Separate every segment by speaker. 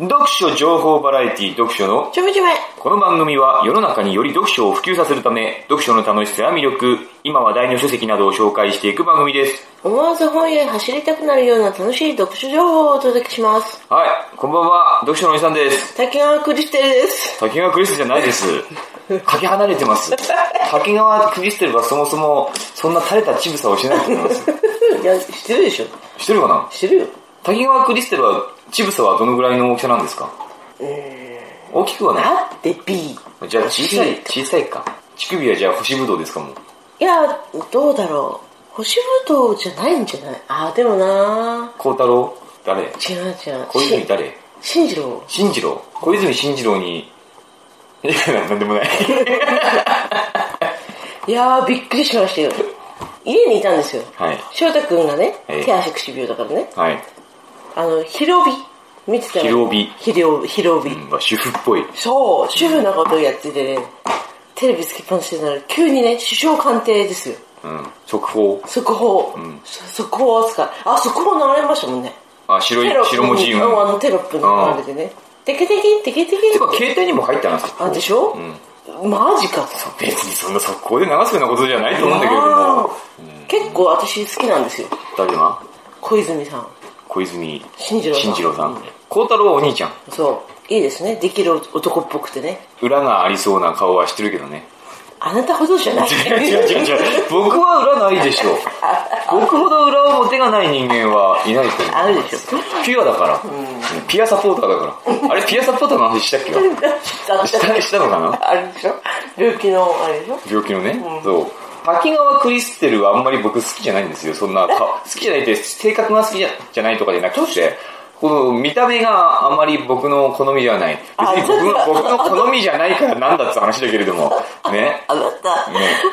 Speaker 1: 読書情報バラエティ読書の
Speaker 2: ちょめちょめ。
Speaker 1: この番組は世の中により読書を普及させるため読書の楽しさや魅力今話題の書籍などを紹介していく番組です
Speaker 2: 思わず本へ走りたくなるような楽しい読書情報をお届けします。
Speaker 1: はいこんばんは読書のおじさんです
Speaker 2: 滝川クリステルです。
Speaker 1: 滝川クリステルじゃないですかけ離れてます滝川クリステルはそもそもそんな垂れたちぶさをしてないと思います
Speaker 2: いや、知ってるでしょ
Speaker 1: してるかな
Speaker 2: 知ってるよ。
Speaker 1: 滝川クリステルはちぶさはどのぐらいの大きさなんですか大きくはな
Speaker 2: あって B。
Speaker 1: いじゃあ小さい小さいか乳首はじゃあ干しぶどうですかもう
Speaker 2: いや、どうだろう。星ぶどうじゃないんじゃないあー、でもな
Speaker 1: 孝太郎誰
Speaker 2: ー。違う違う。
Speaker 1: 小泉誰
Speaker 2: しんじろう。
Speaker 1: 進次郎小泉進次郎にいやなんでもない
Speaker 2: いやー、びっくりしましたよ。家にいたんですよ。
Speaker 1: はい
Speaker 2: 翔太くんがね、
Speaker 1: はい
Speaker 2: 手足口病だからね、
Speaker 1: はい、
Speaker 2: あの、広尾見てたら。
Speaker 1: ひるおび
Speaker 2: 広尾。広尾。
Speaker 1: うんまあ、主婦っぽい
Speaker 2: そう、主婦なことをやっててね、テレビつけっぱなしでなら、急にね、首相官邸ですよ。
Speaker 1: うん速報
Speaker 2: 速報。そ速報ですか。あ、速報流れましたもんね。
Speaker 1: あ白い白文字
Speaker 2: に、
Speaker 1: うん
Speaker 2: うんあ
Speaker 1: て
Speaker 2: のテロップに流れてね。テケテケ、テケテケ。
Speaker 1: か携帯にも入ったな速報
Speaker 2: あ、でしょマジか。
Speaker 1: 別にそんな速攻で流すようなことじゃないと思うんだけれども
Speaker 2: あー結構私好きなんですよ。
Speaker 1: 誰が
Speaker 2: 小泉さん。
Speaker 1: 小泉
Speaker 2: 進次郎さん
Speaker 1: 進次郎さん
Speaker 2: うん
Speaker 1: 孝太郎はお兄ちゃん
Speaker 2: そう。いいですね。できる男っぽくてね。
Speaker 1: 裏がありそうな顔はしてるけどね
Speaker 2: あなたほどじゃない。
Speaker 1: 違う違う違う違う僕は裏ないでしょ僕ほど裏表がない人間はいないと思う
Speaker 2: あるでしょ。
Speaker 1: ピュアだから、ピアサポーターだからあれピアサポーターの話したっけ
Speaker 2: だって
Speaker 1: したしたのかな
Speaker 2: あれでしょ病気のあれでしょ
Speaker 1: 病気のね、そう滝川クリステルはあんまり僕好きじゃないんですよそんなか好きじゃないって性格が好きじゃじゃないとかじゃなくてこの見た目があんまり僕の好みではない別
Speaker 2: あ
Speaker 1: に僕
Speaker 2: そうだ
Speaker 1: の僕の好みじゃないからなんだって話だけれどもね
Speaker 2: あなた、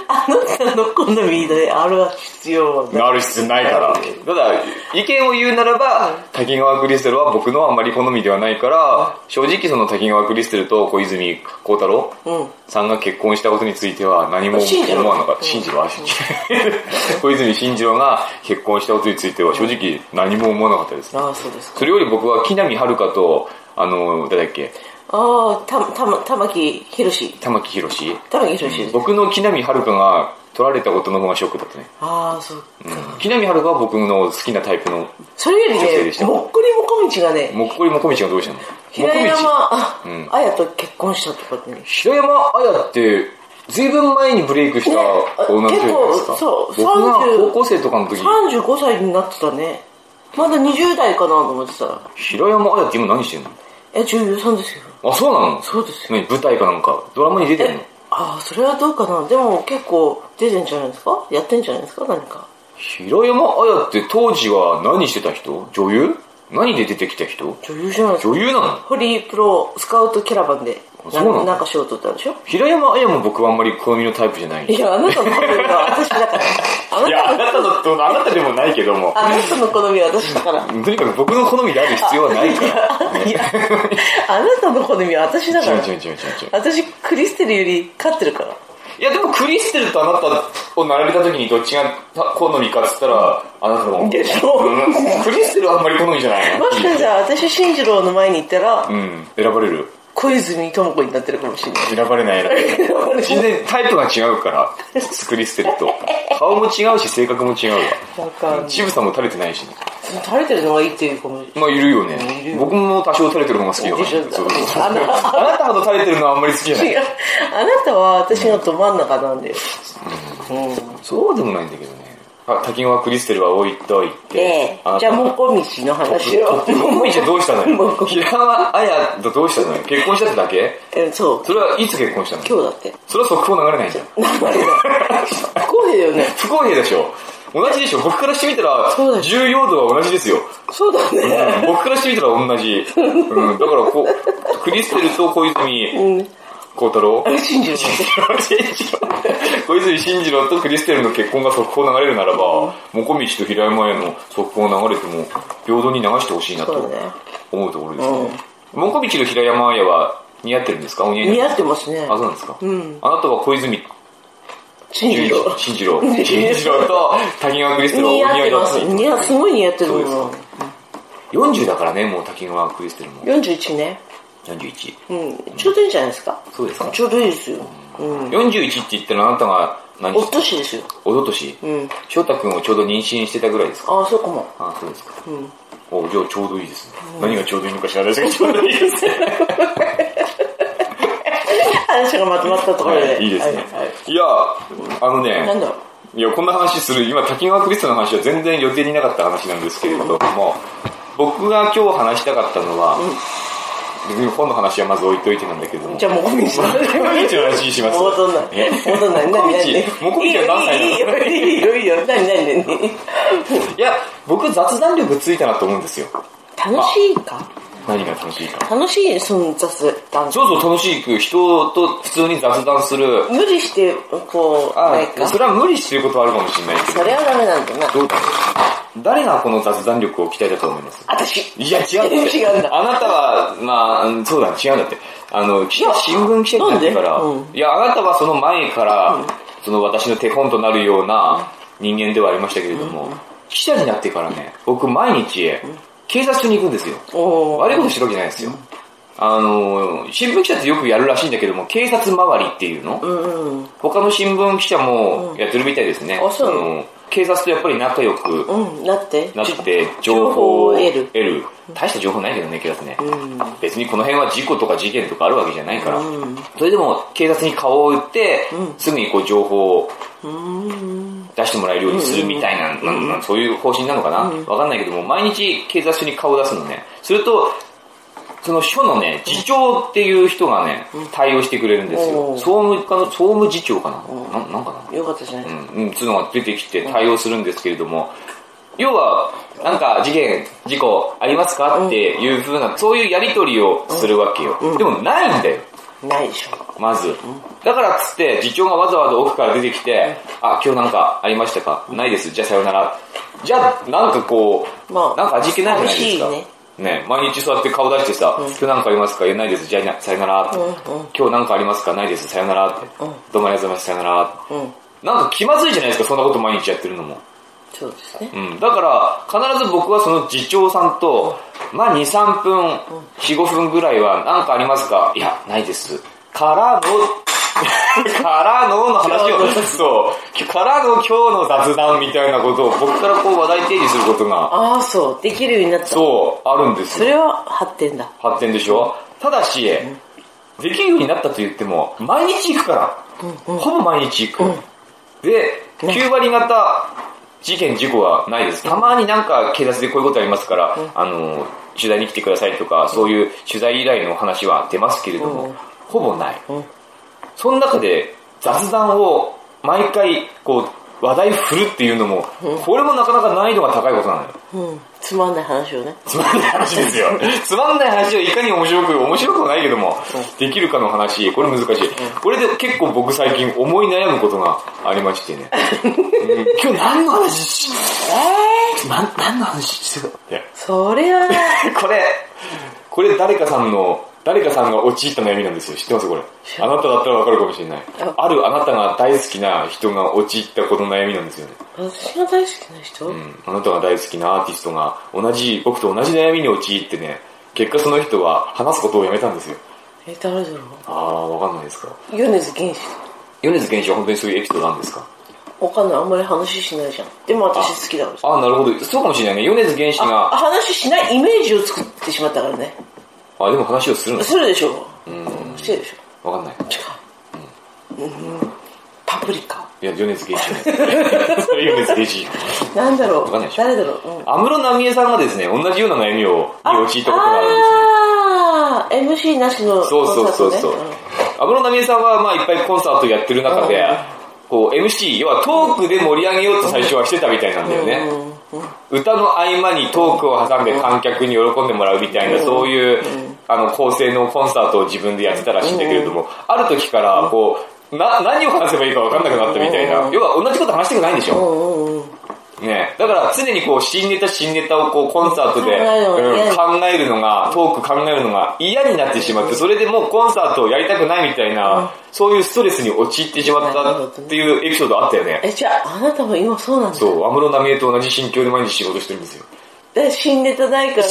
Speaker 2: あなたの好みであるは必要な
Speaker 1: なる必要ないから。ただ、意見を言うならば、滝川クリステルは僕のあんまり好みではないから、正直その滝川クリステルと小泉孝太郎
Speaker 2: うん
Speaker 1: さんが結婚したことについては何も
Speaker 2: 進次郎
Speaker 1: 思わなかった。新次郎、あ進次郎小泉進次郎が結婚したことについては正直何も思わなかったです。
Speaker 2: ああそうですか
Speaker 1: それより僕は木南遥と、あの、誰だっけ、
Speaker 2: ああたたま玉木宏
Speaker 1: 玉木宏
Speaker 2: 玉木宏です、
Speaker 1: 僕の木南遥が取られたことの方がショックだったね。
Speaker 2: ああそう
Speaker 1: 木南遥は僕の好きなタイプの
Speaker 2: それより
Speaker 1: 女性で
Speaker 2: ね
Speaker 1: した
Speaker 2: もっこりもこみちがね
Speaker 1: もっこりもこみちがどうしたのもこみ
Speaker 2: 平山
Speaker 1: ち。
Speaker 2: あ綾、と結婚したとかってね
Speaker 1: 平山綾って、ずいぶん前にブレイクした女の人じゃないですか。
Speaker 2: 結構そう
Speaker 1: 僕が
Speaker 2: 30
Speaker 1: 高校生とかの時、
Speaker 2: 35歳になってたねまだ20代かなと思ってたら
Speaker 1: 平山綾って今何してんの
Speaker 2: え女優さんですよ
Speaker 1: あ、そうなの
Speaker 2: そうですよ
Speaker 1: 何舞台かなんか、ドラマに出てんの
Speaker 2: ああそれはどうかなでも結構出てんじゃないですかやってんじゃないですか何か
Speaker 1: 平山綾って当時は何してた人女優何で出てきた人
Speaker 2: 女優じゃないですか
Speaker 1: 女優なの
Speaker 2: ホリープロスカウトキャラバンで
Speaker 1: あそ
Speaker 2: な
Speaker 1: うなの
Speaker 2: んなんか賞を取ったんでしょ
Speaker 1: 平山綾も僕はあんまり好みのタイプじゃない。
Speaker 2: い
Speaker 1: い
Speaker 2: やあなたの好みは私だからあな
Speaker 1: や、
Speaker 2: た
Speaker 1: あ
Speaker 2: の
Speaker 1: なたのと、あなたでもないけども。
Speaker 2: あなたの好みは私だから
Speaker 1: とにかく僕の好みである必要はないから。
Speaker 2: いやあなたの好みは私だか
Speaker 1: 違う
Speaker 2: ら
Speaker 1: 違う違う違う違う。
Speaker 2: 私クリステルより勝ってるから
Speaker 1: いやでもクリステルとあなたを並べた時にどっちが好みかっつったらあなたの方
Speaker 2: でしょ
Speaker 1: うんクリステルはあんまり好みじゃないの
Speaker 2: もしかしたら私進次郎の前に行ったら
Speaker 1: うん選ばれる
Speaker 2: 小泉智子になってるかもしれない
Speaker 1: 選ばれない選ばれない全然タイプが違うからクリステルと顔も違うし性格も違う
Speaker 2: わかん
Speaker 1: わ
Speaker 2: ない
Speaker 1: ちぶさも垂れてないしね
Speaker 2: 垂れてるのがいいっていうかも
Speaker 1: まあいるよ
Speaker 2: いる
Speaker 1: ね
Speaker 2: よ
Speaker 1: 僕も多少垂れてる方が好きだから
Speaker 2: でしょ
Speaker 1: そうそうそう
Speaker 2: あの
Speaker 1: あなたほど垂れてるのはあんまり好きじゃない
Speaker 2: 違うあなたは私のど真ん中なんでうん
Speaker 1: そうでもないんだけどねあ滝川クリステルは置いといて、
Speaker 2: で
Speaker 1: あなた
Speaker 2: じゃあもこみちの話を
Speaker 1: もみちどうしたの
Speaker 2: も
Speaker 1: よ
Speaker 2: こみち
Speaker 1: 平川綾とどうしたのよ結婚したってだけ
Speaker 2: えそう
Speaker 1: それはいつ結婚したの
Speaker 2: 今日だって
Speaker 1: それは速報流れないじゃん。
Speaker 2: 不公平だよね
Speaker 1: 不公平でしょ同じでしょ僕からしてみたら
Speaker 2: そうだ、よ
Speaker 1: 重要度は同じですよ。
Speaker 2: そうだね
Speaker 1: うん僕からしてみたら同じ。うん、だからこう、クリステルと小泉孝太郎。
Speaker 2: 信じる
Speaker 1: 小 泉進次郎とクリステルの結婚が速報流れるならば、もこみちと平山への速報流れても、平等に流してほしいなと
Speaker 2: そうだね
Speaker 1: 思うところですね。もこみちと平山綾は似合ってるんですかお似合いに
Speaker 2: 似
Speaker 1: な
Speaker 2: 合ってますね
Speaker 1: あ、そうなんですか。
Speaker 2: ん
Speaker 1: あなたは小泉
Speaker 2: 信じる
Speaker 1: 進次郎。進次郎と滝川クリステルはお
Speaker 2: 似
Speaker 1: 似
Speaker 2: 合っ
Speaker 1: 合い
Speaker 2: て
Speaker 1: だ
Speaker 2: ま
Speaker 1: っ
Speaker 2: す
Speaker 1: て。
Speaker 2: 似合すごい似合ってる
Speaker 1: そう
Speaker 2: もん
Speaker 1: 40だからね、もう滝川クリステルも。
Speaker 2: 41ね。
Speaker 1: 41。
Speaker 2: うん。ちょうどいいんじゃないですか。
Speaker 1: そうですか
Speaker 2: ちょうどいいですよ。うん。
Speaker 1: 41って言ったらあなたが何
Speaker 2: おっとしですよ。
Speaker 1: おととし。
Speaker 2: うん。
Speaker 1: 翔太くんをちょうど妊娠してたぐらいですか
Speaker 2: ああ、そうかも。
Speaker 1: あ、そうですか。おじゃあちょうどいいですね。何がちょうどいいのか知らないですけど、ちょうどいいですね。
Speaker 2: 話がまとまったところで。
Speaker 1: いいですね
Speaker 2: は。
Speaker 1: いや、あのね、
Speaker 2: いなんだろう。
Speaker 1: いや、こんな話する、今、滝川クリストの話は全然予定になかった話なんですけれども、僕が今日話したかったのは、別に本の話はまず置いといてなんだけども、
Speaker 2: じゃあ、もこみちの話。
Speaker 1: もこみちの話します
Speaker 2: 戻んない
Speaker 1: え。
Speaker 2: 戻んない。
Speaker 1: もこ
Speaker 2: 何
Speaker 1: みち
Speaker 2: 何
Speaker 1: もこみちは何歳
Speaker 2: いい
Speaker 1: な
Speaker 2: よ、いいよ、いいよ。何、何、何。
Speaker 1: いや、僕雑談力ついたなと思うんですよ。
Speaker 2: 楽しいか
Speaker 1: 何が楽しいか。
Speaker 2: 楽しい、その雑談。
Speaker 1: そうそう楽しく人と普通に雑談する。
Speaker 2: 無理して、こう、
Speaker 1: あ
Speaker 2: ないか。
Speaker 1: それは無理してることはあるかもしれないけど
Speaker 2: それはダメなんだな。
Speaker 1: どうだろう誰がこの雑談力を鍛えたと思います
Speaker 2: 私。
Speaker 1: いや、違うって
Speaker 2: 違うんだ
Speaker 1: あなたは、まあうん、そうだ、違うんだって。あの、記者新聞記者になってから、
Speaker 2: なんで
Speaker 1: いや、あなたはその前から、その私の手本となるような人間ではありましたけれども、記者になってからね、僕毎日、警察署に行くんですよ。
Speaker 2: おー
Speaker 1: 悪いことしてるわけじゃないですよ。あの、新聞記者ってよくやるらしいんだけども、警察周りっていうの、
Speaker 2: うんうん。
Speaker 1: 他の新聞記者もやってるみたいですね。
Speaker 2: あそうなの
Speaker 1: の警察とやっぱり仲良く、
Speaker 2: うん、だって。
Speaker 1: なって情報を
Speaker 2: 情
Speaker 1: 得
Speaker 2: 報を
Speaker 1: る大した情報ないけどね警察ね、別にこの辺は事故とか事件とかあるわけじゃないから、それでも警察に顔を売って、すぐにこう情報を出してもらえるようにするみたいな、なんなんそういう方針なのかな、わかんないけども毎日警察署に顔を出すのねするとその署のね、次長っていう人がね、対応してくれるんですよ。
Speaker 2: おー
Speaker 1: 総務課の、総務次長かな、なんなんかな
Speaker 2: よかったじゃないですか。
Speaker 1: うん、うん、つうのが出てきて対応するんですけれども、要は、なんか事件、事故ありますかっていう風な、そういうやりとりをするわけよ。でもないんだよ、
Speaker 2: ないでしょ。
Speaker 1: まず。だからっつって、次長がわざわざ奥から出てきて、あ、今日なんかありましたかないです。じゃあさようなら。じゃあ、なんかこう、
Speaker 2: まあ
Speaker 1: なんか味気ないじゃないですか。
Speaker 2: 寂しいね
Speaker 1: ね毎日座って顔出してさ、今日なんかありますかいや、ないです。じゃあ、さよならって、
Speaker 2: うんうん
Speaker 1: 今日なんかありますかないです。さよならって、
Speaker 2: ん
Speaker 1: どうもありがとうございます。さよならって。
Speaker 2: うん。
Speaker 1: なんか気まずいじゃないですか、そんなこと毎日やってるのも。
Speaker 2: そうですね。
Speaker 1: うん。だから、必ず僕はその次長さんと、まあ2、3分、4、5分ぐらいは、なんかありますかいや、ないです。からの、 からのの話
Speaker 2: 今
Speaker 1: を、
Speaker 2: 日の
Speaker 1: そう、からの今日の雑談みたいなことを僕からこう話題提示することが、
Speaker 2: ああ、そう。できるようになった。
Speaker 1: そう、あるんです
Speaker 2: そ
Speaker 1: よ。
Speaker 2: れは発展だ。
Speaker 1: 発展でしょただし、できるようになったと言っても、毎日行くから。ほぼ毎日行く。で、9割方、事件、事故はないです。たまになんか警察でこういうことありますから、あの、取材に来てくださいとか、そういう取材依頼の話は出ますけれども、
Speaker 2: うん
Speaker 1: ほぼない。
Speaker 2: うん
Speaker 1: その中で雑談を毎回、こう、話題振るっていうのも、これもなかなか難易度が高いことなのよ。
Speaker 2: うん。つまんない話をね。
Speaker 1: つまんない話ですよ。つまんない話をいかに面白く、面白くもないけども、できるかの話、これ難しい。これで結構僕最近思い悩むことがありましてね。うん今日何の話し、
Speaker 2: え
Speaker 1: な何の話してたいや
Speaker 2: ー、それは、
Speaker 1: これ、これ誰かさんの、誰かさんが陥った悩みなんですよ。知ってますこれ。あなただったらわかるかもしれない。あるあなたが大好きな人が陥ったこの悩みなんですよね。
Speaker 2: 私が大好きな人、
Speaker 1: うんあなたが大好きなアーティストが同じ、僕と同じ悩みに陥ってね、結果その人は話すことをやめたんですよ。
Speaker 2: え、誰だろ
Speaker 1: ああ、わかんないですか。
Speaker 2: う米津玄師。
Speaker 1: 米津玄師は本当にそういうエピソードなんですか
Speaker 2: わかんない。あんまり話しないじゃん。でも私好きだからさ。
Speaker 1: ああ、なるほど。そうかもしれないね。米津玄師
Speaker 2: あ
Speaker 1: が、
Speaker 2: 話しないイメージを作ってしまったからね。
Speaker 1: あ、でも話をするの
Speaker 2: するでしょう。してるでしょ。
Speaker 1: わかんない。
Speaker 2: 違う。うん。パプリカ。
Speaker 1: いや、米津玄師じゃない。それ米津玄師。
Speaker 2: なんだろ
Speaker 1: かん
Speaker 2: う
Speaker 1: ないでしょ
Speaker 2: 誰だろう、うん、
Speaker 1: 安室奈美恵さんがですね、同じような悩みを、に陥ったことがあるんですよ。
Speaker 2: あー MC なしのコ
Speaker 1: そう
Speaker 2: ン
Speaker 1: そう
Speaker 2: サー
Speaker 1: そ
Speaker 2: ト
Speaker 1: う
Speaker 2: ね
Speaker 1: そう。安室奈美恵さんは、まあ、いっぱいコンサートやってる中で
Speaker 2: うん、
Speaker 1: こう、MC、要はトークで盛り上げようと最初はしてたみたいなんだよね。歌の合間にトークを挟んで観客に喜んでもらうみたいな、そういう、あの、構成のコンサートを自分でやってたらしいんだけれども、ある時から、こう、な、何を話せばいいか分かんなくなったみたいな。要は同じこと話したくないんでしょ
Speaker 2: う。んうんうんうん
Speaker 1: ねだから常にこう新ネタ新ネタをこうコンサートで
Speaker 2: 考え
Speaker 1: うん考え
Speaker 2: るのが嫌に
Speaker 1: るのが、トーク考えるのが嫌になってしまって、それでもうコンサートをやりたくないみたいな、そういうストレスに陥ってしまったっていうエピソードあったよね。
Speaker 2: えじゃああなたも今そうなんだ
Speaker 1: そう、安室奈美恵と同じ心境で毎日仕事してるんですよ。
Speaker 2: で新ネタないから、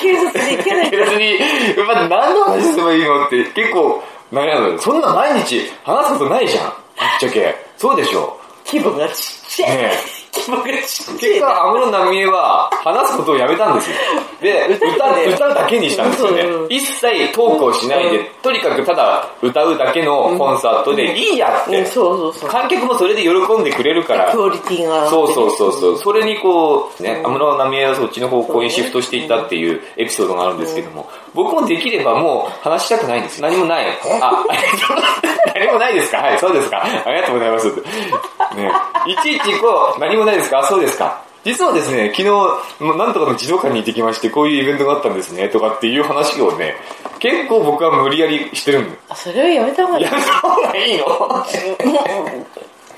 Speaker 2: 警察に行けないか
Speaker 1: 別
Speaker 2: ら。
Speaker 1: に、まあ、何の話すればいいのって結構悩む。そんな毎日話すことないじゃん。ぶっちゃけ。そうでしょ。
Speaker 2: 規模がちっちゃい。
Speaker 1: ねえ
Speaker 2: 規模がちっちゃ
Speaker 1: 結
Speaker 2: い。
Speaker 1: 果、安室奈美恵は話すことをやめたんですよ。で、 歌、歌うだけにしたんですよね
Speaker 2: うん。
Speaker 1: 一切トークをしないで、とにかくただ歌うだけのコンサートでいいやっ
Speaker 2: うん、
Speaker 1: て。
Speaker 2: そうそうそう。
Speaker 1: 観客もそれで喜んでくれるから。
Speaker 2: クオリティが。
Speaker 1: そうそうそうそう。それにこう、ね、安室奈美恵はそっちの方向にシフトしていったっていうエピソードがあるんですけども、僕もできればもう話したくないんです。何もない。あ、 何もないですかはい、そうですか。ありがとうございます。ね、いちいちこう、何もないですかあそうですか。実はですね、昨日、もうなんとかの児童館に行ってきまして、こういうイベントがあったんですね、とかっていう話をね、結構僕は無理やりしてるんで。
Speaker 2: あそれはやめた方がいい
Speaker 1: や。めた方がいいの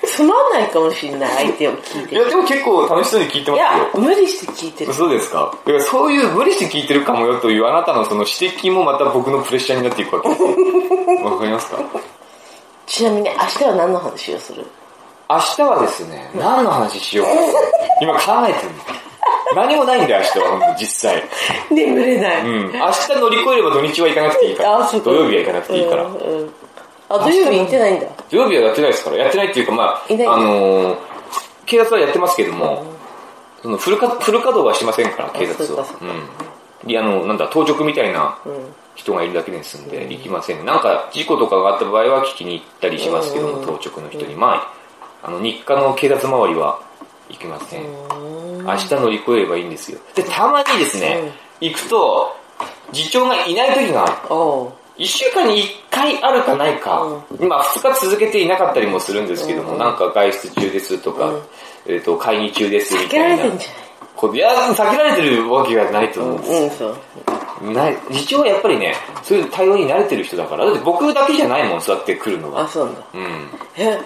Speaker 2: つまんないかもしんない、相手を聞い
Speaker 1: い
Speaker 2: て。い
Speaker 1: や、でも結構楽しそうに聞いてますよ。
Speaker 2: や、無理して聞いてる。
Speaker 1: そうですかだからそういう無理して聞いてるかもよというあなたのその指摘もまた僕のプレッシャーになっていくわけ ですよわかりますか
Speaker 2: ちなみに明日は何の話をする
Speaker 1: 明日はですね、何の話しようか。今考えてるんだ。何もないんだよ、明日は、本当実際。
Speaker 2: 眠れな
Speaker 1: う
Speaker 2: い。
Speaker 1: ん。明日乗り越えれば土日は行かなくていいから。
Speaker 2: あ、そうか
Speaker 1: 土曜日は行かなくていいから。
Speaker 2: うんうんあ、土曜日行ってないんだ。
Speaker 1: 土曜日はやってないですから。やってないっていうか、まあ、あ
Speaker 2: いない
Speaker 1: のー、警察はやってますけども、そのフルかフル稼働はしてませんから、警察
Speaker 2: そうか
Speaker 1: は
Speaker 2: そう。か
Speaker 1: うん。いや、あの、なんだ、当直みたいな人がいるだけですんで、行きません。なんか、事故とかがあった場合は聞きに行ったりしますけども、当直の人に。まあ、あの、日課の警察周りは行きません。明日乗り越えればいいんですよ。で、たまにですね、行くと、次長がいない時がある。
Speaker 2: おう
Speaker 1: 一週間に一回あるかないか、今二日続けていなかったりもするんですけども、なんか外出中ですとか、えっ、と、会議中ですみ
Speaker 2: 避けら
Speaker 1: た
Speaker 2: れ
Speaker 1: いな
Speaker 2: てんじ
Speaker 1: こと。いや、避けられてるわけがないと思うん
Speaker 2: ゃ
Speaker 1: で
Speaker 2: ないうん、そう。
Speaker 1: す。ない、一応やっぱりね、そういう対応に慣れてる人だから、だって僕だけじゃないもん、座ってくるの
Speaker 2: あ、
Speaker 1: は。
Speaker 2: そうなんだ。
Speaker 1: うん。
Speaker 2: え、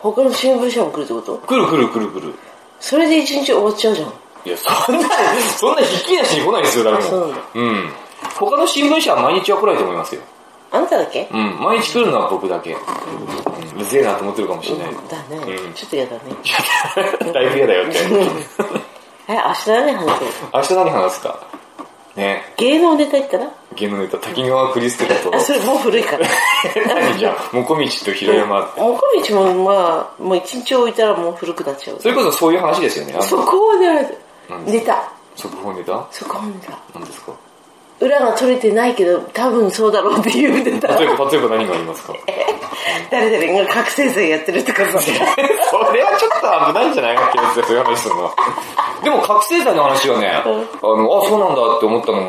Speaker 2: 他の新聞社も来るってこと
Speaker 1: くるくるくるくる。
Speaker 2: それで一日終わっちゃうじゃん。
Speaker 1: いや、そんな、そんなひっきりなしに来ないですよ、誰
Speaker 2: そう
Speaker 1: も
Speaker 2: なんだ。
Speaker 1: うん。他の新聞社は毎日は来ないと思いますよ。
Speaker 2: あんただけ
Speaker 1: うん。毎日来るのは僕だけ。うん。うぜえなと思ってるかもしれない。
Speaker 2: だ
Speaker 1: う
Speaker 2: ね
Speaker 1: ん。
Speaker 2: ちょっと嫌だね。
Speaker 1: だいぶ嫌だよって。
Speaker 2: え、明日だね、話す。
Speaker 1: 明日何話すかね。
Speaker 2: 芸能ネタ言っ たら
Speaker 1: 芸能ネタ、滝川クリステ ルと
Speaker 2: あ、、それもう古いから。
Speaker 1: 何じ ゃん、もこみちと平山。
Speaker 2: もこみちもまあ、もう一日置いたらもう古くなっちゃう
Speaker 1: そ。れこそそういう話ですよね。あ
Speaker 2: そ
Speaker 1: の、
Speaker 2: こをね、
Speaker 1: なんです
Speaker 2: ネタ。
Speaker 1: 速報ネタ
Speaker 2: そこをネタ。
Speaker 1: 何ですか
Speaker 2: 裏が取れてないけど、多分そうだろうっていうネタ。
Speaker 1: 例えば、例えば何がありますか
Speaker 2: 誰々が覚醒剤やってるとか さ。
Speaker 1: それはちょっと危ないんじゃないかってやつでそういう話するのは。でも、覚醒剤の話はね、あの、あ、そうなんだって思ったの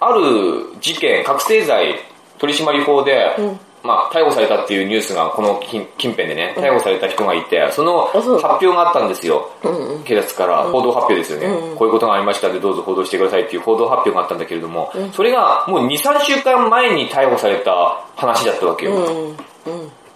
Speaker 1: が、ある事件、覚醒剤取締法で、まあ、逮捕されたっていうニュースがこの近近辺でね、逮捕された人がいて、その
Speaker 2: あそう
Speaker 1: 発表があったんですよ。警察から、報道発表ですよね、こういうことがありましたので、どうぞ報道してくださいっていう報道発表があったんだけれども、それがもう2、3週間前に逮捕された話だったわけよ。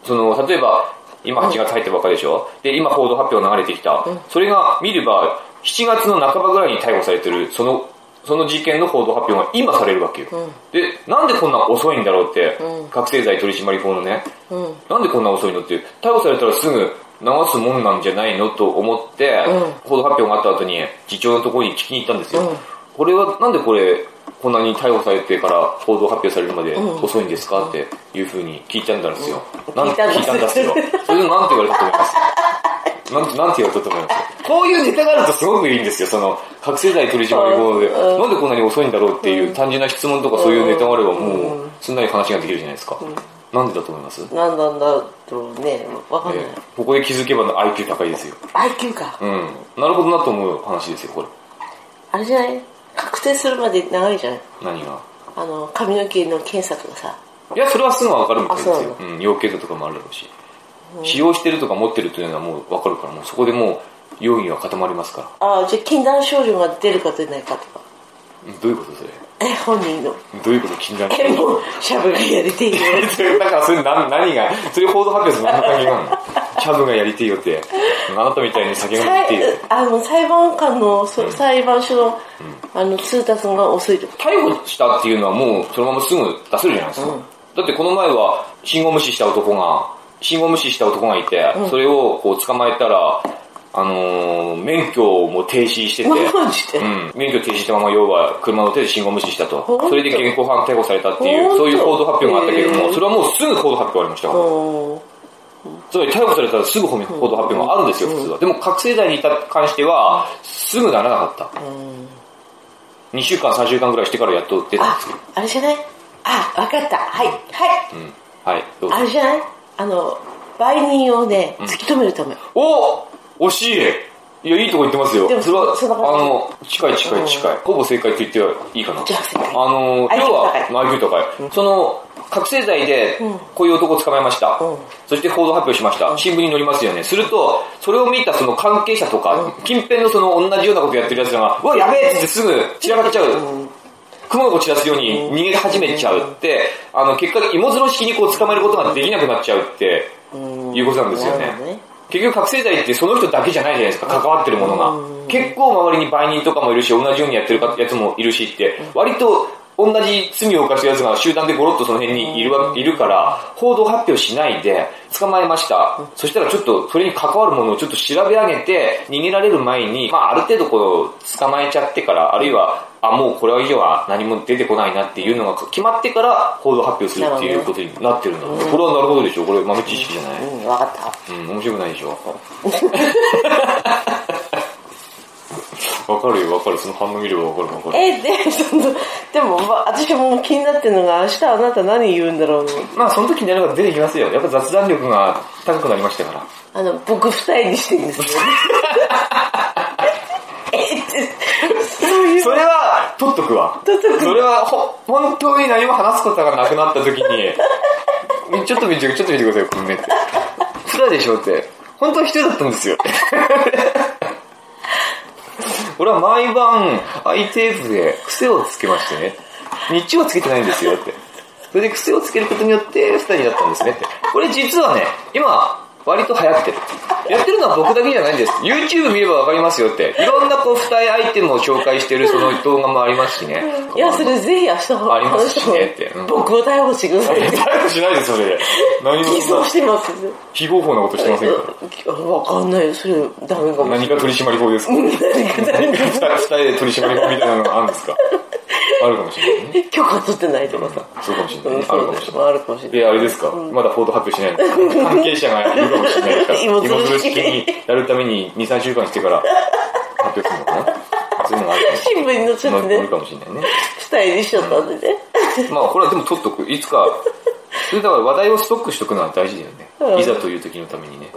Speaker 1: その、例えば、今8月入ったばっかりでしょ、で、今報道発表が流れてきた。それが見れば、7月の半ばぐらいに逮捕されてる、その、その事件の報道発表が今されるわけよ。で、なんでこんな遅いんだろうって、覚醒剤取締法のね、なんでこんな遅いのって、逮捕されたらすぐ流すもんなんじゃないのと思って、報道発表があった後に、次長のところに聞きに行ったんですよ。これは、なんでこれ、こんなに逮捕されてから報道発表されるまで遅いんですかっていうふうに聞いたんだんですよ。なん
Speaker 2: 聞いたんです
Speaker 1: 聞いたん ですよ。それでなんて言われたと思いますなんなんて言われたと思いますこういうネタがあるとすごくいいんですよ。その、覚醒剤取り締まり法で、
Speaker 2: うん
Speaker 1: なんでこんなに遅いんだろうっていう単純な質問とかそういうネタがあればもう、すんなり話ができるじゃないですか。なんでだと思います
Speaker 2: なんなんだろうね、わかんない。
Speaker 1: ええここで気づけば IQ 高いですよ。
Speaker 2: IQ か
Speaker 1: う。ん。なるほどなと思う話ですよ、これ。
Speaker 2: あれじゃない確定するまで長いじゃない
Speaker 1: 何が。
Speaker 2: あの、髪の毛の検査とかさ。
Speaker 1: いや、それはすぐわかるみたいです
Speaker 2: あそう
Speaker 1: よ。うん、要件とかもあるだろうし。使用してるとか持ってるというのはもうわかるから、もうそこでもう、容疑は固まりますから。
Speaker 2: あじゃあ禁断症状が出るか出ないかとか。
Speaker 1: うんどういうことそれ
Speaker 2: え、本人の。
Speaker 1: どういうこと禁断症
Speaker 2: え、もう、しゃぶがやりていいよ。
Speaker 1: 状 だからそれ何何が、それ報道発表する何の関係があるのチャブがやりてえよって、あなたみ たいに酒がやりてえよって。
Speaker 2: 裁あの裁判官の、そ裁判所の、あの通達が遅いとか
Speaker 1: 逮捕したっていうのはもうそのまますぐ出せるじゃないですか。だってこの前は信号無視した男が、信号無視した男がいて、それをこう捕まえたら、ああのー免許も停止して て、
Speaker 2: マジで
Speaker 1: うん、免許停止したまま要は車の手で信号無視したと
Speaker 2: 本。当
Speaker 1: それで現行犯逮捕されたっていう、
Speaker 2: 本当
Speaker 1: そういう報道発表があったけれど
Speaker 2: へ
Speaker 1: も、
Speaker 2: ー
Speaker 1: それはもうすぐ報道発表ありましたから。
Speaker 2: おー
Speaker 1: つまり逮捕されたらすぐ報道発表があるんですよ、普通は。でも覚醒剤に関しては、すぐならなかった。2週間、3週間ぐらいしてからやっと出たん
Speaker 2: あ
Speaker 1: ですけど。、
Speaker 2: あれじゃないあ、わかった。はい、はい。
Speaker 1: うん。はい、どうぞ
Speaker 2: あ。れじゃないあの、売人をね、突き止めるため。
Speaker 1: お惜しいいや、いいとこ言ってますよ。
Speaker 2: でも
Speaker 1: それは、
Speaker 2: そんな感じ
Speaker 1: あの、近い近い近い。ほぼ正解って言ってはいいかな。
Speaker 2: じゃあ正解
Speaker 1: あの、要
Speaker 2: IQ
Speaker 1: は
Speaker 2: 高い、
Speaker 1: まあ IQ 高い。その、覚醒剤で
Speaker 2: ん、
Speaker 1: こういう男を捕まえました
Speaker 2: うん。
Speaker 1: そして報道発表しました。新聞に載りますよね。すると、それを見たその関係者とか、近辺のその同じようなことやってる奴らが、うわ、やべえって言ってすぐ散らかっちゃう。雲の子散らすように逃げ始めちゃうって、あの、結果、芋づろ式にこう捕まえることができなくなっちゃうって、いうことなんですよ
Speaker 2: なるほど
Speaker 1: ね
Speaker 2: ね。
Speaker 1: 結局覚醒剤ってその人だけじゃないじゃないですか、関わってるもの
Speaker 2: う
Speaker 1: が。結構周りに売人とかもいるし、同じようにやってるやつもいるしって、割と同じ罪を犯すやつが集団でゴロッとその辺にいるわいるから、報道発表しないで捕まえました。そしたらちょっとそれに関わるものをちょっと調べ上げて、逃げられる前に、まあある程度こう捕まえちゃってから、あるいは、あ、もうこれ以上は何も出てこないなっていうのが決まってから報道発表するっていうことになってるんだろうねこれはなるほどでしょこれ豆知識じゃない
Speaker 2: うん、わかった。
Speaker 1: うん、面白くないでしょ。わかるよ、わかる。その反応見ればわかる、わかる。
Speaker 2: え、で、その、でも、まあ、私も気になってるのが、明日あなた何言うんだろう
Speaker 1: まあ、その時になれば出てきますよ。やっぱ雑談力が高くなりましたから。
Speaker 2: あの、僕二重にしていいん ですよ。えって、そういう
Speaker 1: それは、取っとくわ。
Speaker 2: 取っとく
Speaker 1: それは、ほ、本当に何も話すことがなくなった時に、 ちょっと見て、ちょっと見てください、この目って。そらでしょって。本当は一人だったんですよ。 俺は毎晩、アイテープで癖をつけましてね。日中はつけてないんですよって。それで癖をつけることによって二人になったんですねって。これ実はね、今、割と流行ってる。やってるのは僕だけじゃないんです。YouTube 見ればわかりますよって。いろんなこう、二重アイテムを紹介してるその動画もありますしね。
Speaker 2: い や、それぜひ明日
Speaker 1: ありますしねってうん
Speaker 2: 僕を逮捕してください。
Speaker 1: 逮捕しないでそれで。何
Speaker 2: 偽装してます。
Speaker 1: 非合法なことしてませんから。
Speaker 2: わかんない。それ、ダメかも。
Speaker 1: 何か取締法ですか
Speaker 2: 何か誰
Speaker 1: 二人二人で取締法みたいなのがあるん ですかあるかもしれないね。
Speaker 2: に許可取ってないとかさ。
Speaker 1: そうかもしれない、ね
Speaker 2: うん。
Speaker 1: あ
Speaker 2: そ
Speaker 1: る
Speaker 2: う
Speaker 1: かも
Speaker 2: だ
Speaker 1: し
Speaker 2: よ
Speaker 1: れない。
Speaker 2: あるかもし
Speaker 1: で、あれですか、まだ報道発表しないの関係者がいるかもしれ ないから、
Speaker 2: 芋づる
Speaker 1: 芋づる
Speaker 2: 式
Speaker 1: 式にやるために2、3週間してから発表するのかなそういうのがあるかもし
Speaker 2: 新聞に載っち
Speaker 1: れ
Speaker 2: ゃっ
Speaker 1: な
Speaker 2: て
Speaker 1: い。ある
Speaker 2: ね、
Speaker 1: かもしれないね。
Speaker 2: 二重にしちゃったんでね。
Speaker 1: まあ、これはでも取っとく。いつか、それだから話題をストックしとくのは大事だよね。
Speaker 2: うん
Speaker 1: いざという時のためにね。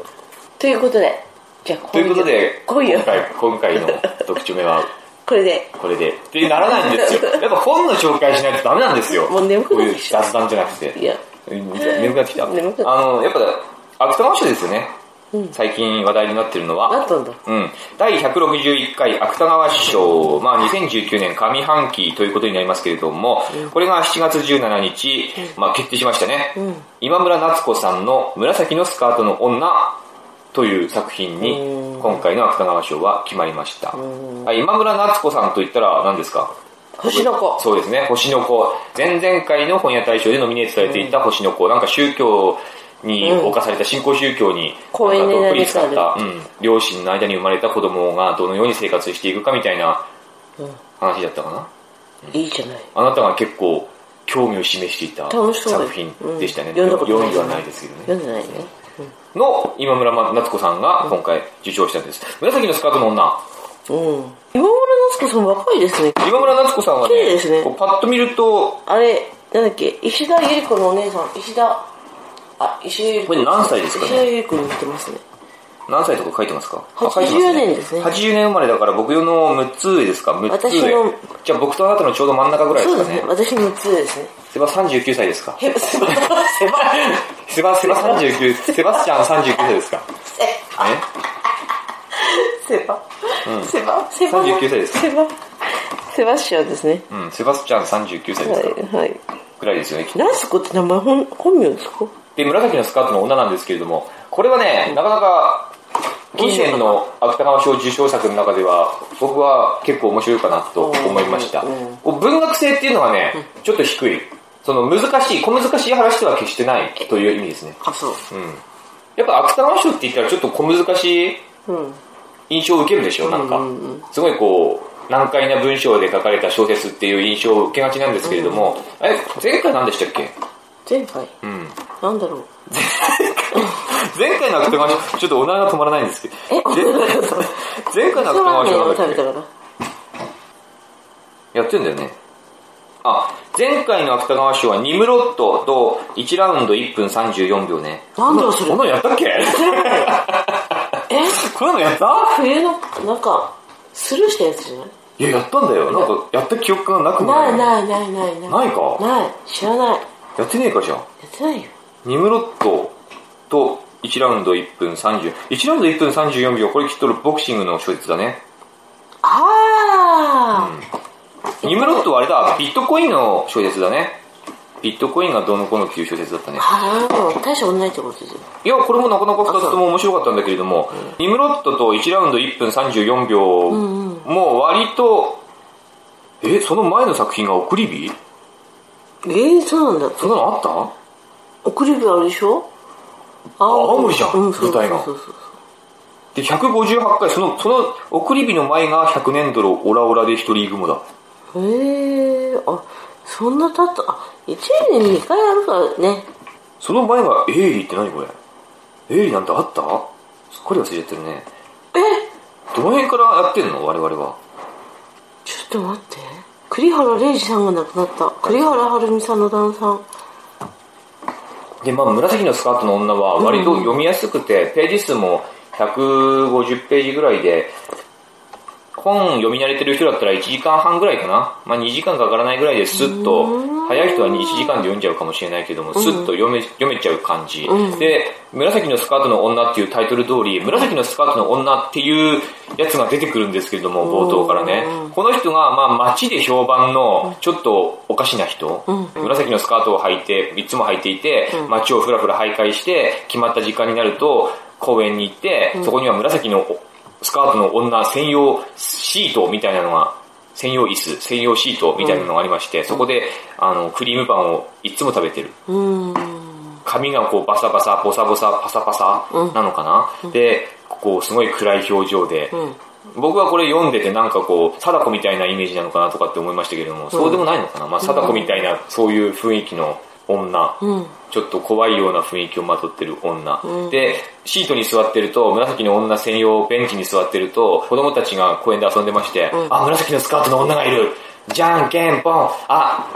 Speaker 2: ということで、じゃあ今
Speaker 1: ということで、
Speaker 2: 今夜
Speaker 1: 今、回今回の特徴目は
Speaker 2: これで、
Speaker 1: これで。ってならないんです よ。やっぱ本の紹介しないとダメなんですよ。
Speaker 2: もう眠
Speaker 1: こ
Speaker 2: く
Speaker 1: う
Speaker 2: なっ
Speaker 1: い
Speaker 2: て
Speaker 1: う
Speaker 2: きた
Speaker 1: 雑談じゃなくて。
Speaker 2: いや、
Speaker 1: 眠くなってきた。
Speaker 2: 眠くなっ
Speaker 1: あの、やっぱ、芥川賞ですよね。最近話題になってるのは。
Speaker 2: なったんだ
Speaker 1: うん。第161回芥川賞、まあ2019年上半期ということになりますけれども、これが7月17日、まあ決定しましたね。今村夏子さんの紫のスカートの女という作品に、今回の芥川賞は決まりました。あ今村夏子さんといったら何ですか
Speaker 2: 星の子。
Speaker 1: そうですね、星の子。前々回の本屋大賞でノミネートされていた星の子。なんか宗教に
Speaker 2: うん
Speaker 1: 侵された、信仰宗教に、
Speaker 2: 公
Speaker 1: なんかど
Speaker 2: 園で
Speaker 1: っ
Speaker 2: 投
Speaker 1: ぷり
Speaker 2: げ
Speaker 1: 使
Speaker 2: た
Speaker 1: っ
Speaker 2: り
Speaker 1: た、うん、両親の間に生まれた子供がどのように生活していくかみたいな話だったかな。
Speaker 2: いいじゃない。
Speaker 1: あなたが結構興味を示していた
Speaker 2: 楽しそうだよ
Speaker 1: 作品でしたね。
Speaker 2: うん読んだこと
Speaker 1: 読
Speaker 2: ない
Speaker 1: んではないですけどね。
Speaker 2: 読んでないね。
Speaker 1: の今村夏子さんが今回受賞したんです。紫のスカートの女。
Speaker 2: うん。今村夏子さん若いですね。
Speaker 1: 今村夏子さんは
Speaker 2: 綺麗ですね
Speaker 1: こうパッと見ると、
Speaker 2: あれ、なんだっけ、石田ゆり子のお姉さん、石田、あ、石田ゆり
Speaker 1: こ
Speaker 2: 子。
Speaker 1: れ何歳ですかね
Speaker 2: 石田ゆり子に似てますね。
Speaker 1: 何歳とか書いてますかあ
Speaker 2: 80
Speaker 1: 書いてま
Speaker 2: 年ですね
Speaker 1: 80年生まれだから僕の6つ上ですか6つ
Speaker 2: 私
Speaker 1: 上
Speaker 2: の
Speaker 1: じゃあ僕とあなたのちょうど真ん中ぐらいで
Speaker 2: そう
Speaker 1: す
Speaker 2: で
Speaker 1: か
Speaker 2: すね
Speaker 1: ね。
Speaker 2: 私のつです ね。
Speaker 1: セバ39歳ですか
Speaker 2: へ、すば、せば、
Speaker 1: セバセバ39セバスチャン39歳です かね
Speaker 2: せば、せば、せば、
Speaker 1: 39歳です
Speaker 2: せば、セバスチャンですね。
Speaker 1: うんセバスチャン39歳で
Speaker 2: は
Speaker 1: すか
Speaker 2: い、はい。
Speaker 1: ぐらいですよね
Speaker 2: ナスコって名前本、本名ですか
Speaker 1: で紫のスカートの女なんですけれどもこれはねなかなか近年の芥川賞受賞作の中では僕は結構面白いかなと思いました
Speaker 2: うんうん
Speaker 1: こう文学性っていうのがねちょっと低いその難しい小難しい話では決してないという意味ですね
Speaker 2: あ、そう。
Speaker 1: やっぱ芥川賞って言ったらちょっと小難しい
Speaker 2: うん。
Speaker 1: 印象を受けるでしょ、なんか。すごいこう、難解な文章で書かれた小説っていう印象を受けがちなんですけれども、え、前回何でしたっけ
Speaker 2: 前回
Speaker 1: うん。
Speaker 2: なんだろう
Speaker 1: 前回の芥川賞、ちょっとお腹が止まらないんですけど。
Speaker 2: え
Speaker 1: 前前回の
Speaker 2: 味
Speaker 1: 芥
Speaker 2: 噌ラー
Speaker 1: 川
Speaker 2: メン
Speaker 1: 賞なん
Speaker 2: を
Speaker 1: だ
Speaker 2: 食
Speaker 1: っ
Speaker 2: べ
Speaker 1: け
Speaker 2: たかな
Speaker 1: やってんだよね。あ、前回の芥川賞はニムロットと1ラウンド1分34秒ね。
Speaker 2: なんだろうそれ
Speaker 1: こんなのやったっ けこんなのやった
Speaker 2: 冬のなんかスルーしたやつじゃない
Speaker 1: いや、やったんだよ。なんか、やった記憶がなくも
Speaker 2: ない
Speaker 1: い。
Speaker 2: ないないないない
Speaker 1: ないか
Speaker 2: ない知らないや
Speaker 1: やってねえかじゃん。
Speaker 2: ってないよ
Speaker 1: ニムロットと1ラウンド1分30。1ラウンド1分34秒。これきっとボクシングの小説だね。
Speaker 2: あ
Speaker 1: ニムロットはあれだ、ビットコインの小説だね。ビットコインがどうのこうのっていう小説だったね
Speaker 2: あ。ああ大したことないってことですよ
Speaker 1: いや、これもなかなか2つとも面白かったんだけれども、ニムロットと1ラウンド1分34秒、
Speaker 2: ん
Speaker 1: もう割と、え、その前の作品が送り火
Speaker 2: ええそうなんだ
Speaker 1: そんなのあった
Speaker 2: 送り火あれでしょ
Speaker 1: 青
Speaker 2: 青
Speaker 1: 森じゃん
Speaker 2: うそう
Speaker 1: 舞台が
Speaker 2: そうそうそう
Speaker 1: で、158回、その、その、送り火の前が100年ドルオラオラで一人雲だ。
Speaker 2: へえあそんなたったあ1年に2回あるからね
Speaker 1: その前がエイリーって何これエイリーなんてあったすっかり忘れちゃってるね。えどの辺からやってんの我々は。
Speaker 2: ちょっと待って栗原玲二さんが亡くなった栗原はるみさんの旦那さん
Speaker 1: で、まあ、紫のスカートの女は割と読みやすくて、ページ数も150ページぐらいで、本読み慣れてる人だったら1時間半ぐらいかな。まあ、2時間かからないぐらいでスッと、早い人は1時間で読んじゃうかもしれないけども、スッと読め読めちゃう感じ。で、紫のスカートの女っていうタイトル通り、紫のスカートの女っていうやつが出てくるんですけれども、冒頭からね。この人が、まあ、街で評判の、ちょっとおかしな人、紫のスカートを履いて、いつも履いていて、街をふらふら徘徊して、決まった時間になると、公園に行って、そこには紫のスカートの女専用シートみたいなのが、専用椅子、専用シートみたいなのがありまして、そこで、あの、クリームパンをいつも食べてる。
Speaker 2: うーん
Speaker 1: 髪がこうバサバサ、ボサボサ、パサパサなのかな、で、こうすごい暗い表情で、僕はこれ読んでてなんかこう、貞子みたいなイメージなのかなとかって思いましたけれども、そうでもないのかなまあ、貞子みたいな、そういう雰囲気の女、ちょっと怖いような雰囲気をまとってる女、で、シートに座ってると、紫の女専用ベンチに座ってると、子供たちが公園で遊んでまして、あ、紫のスカートの女がいるじゃんけんぽんあ、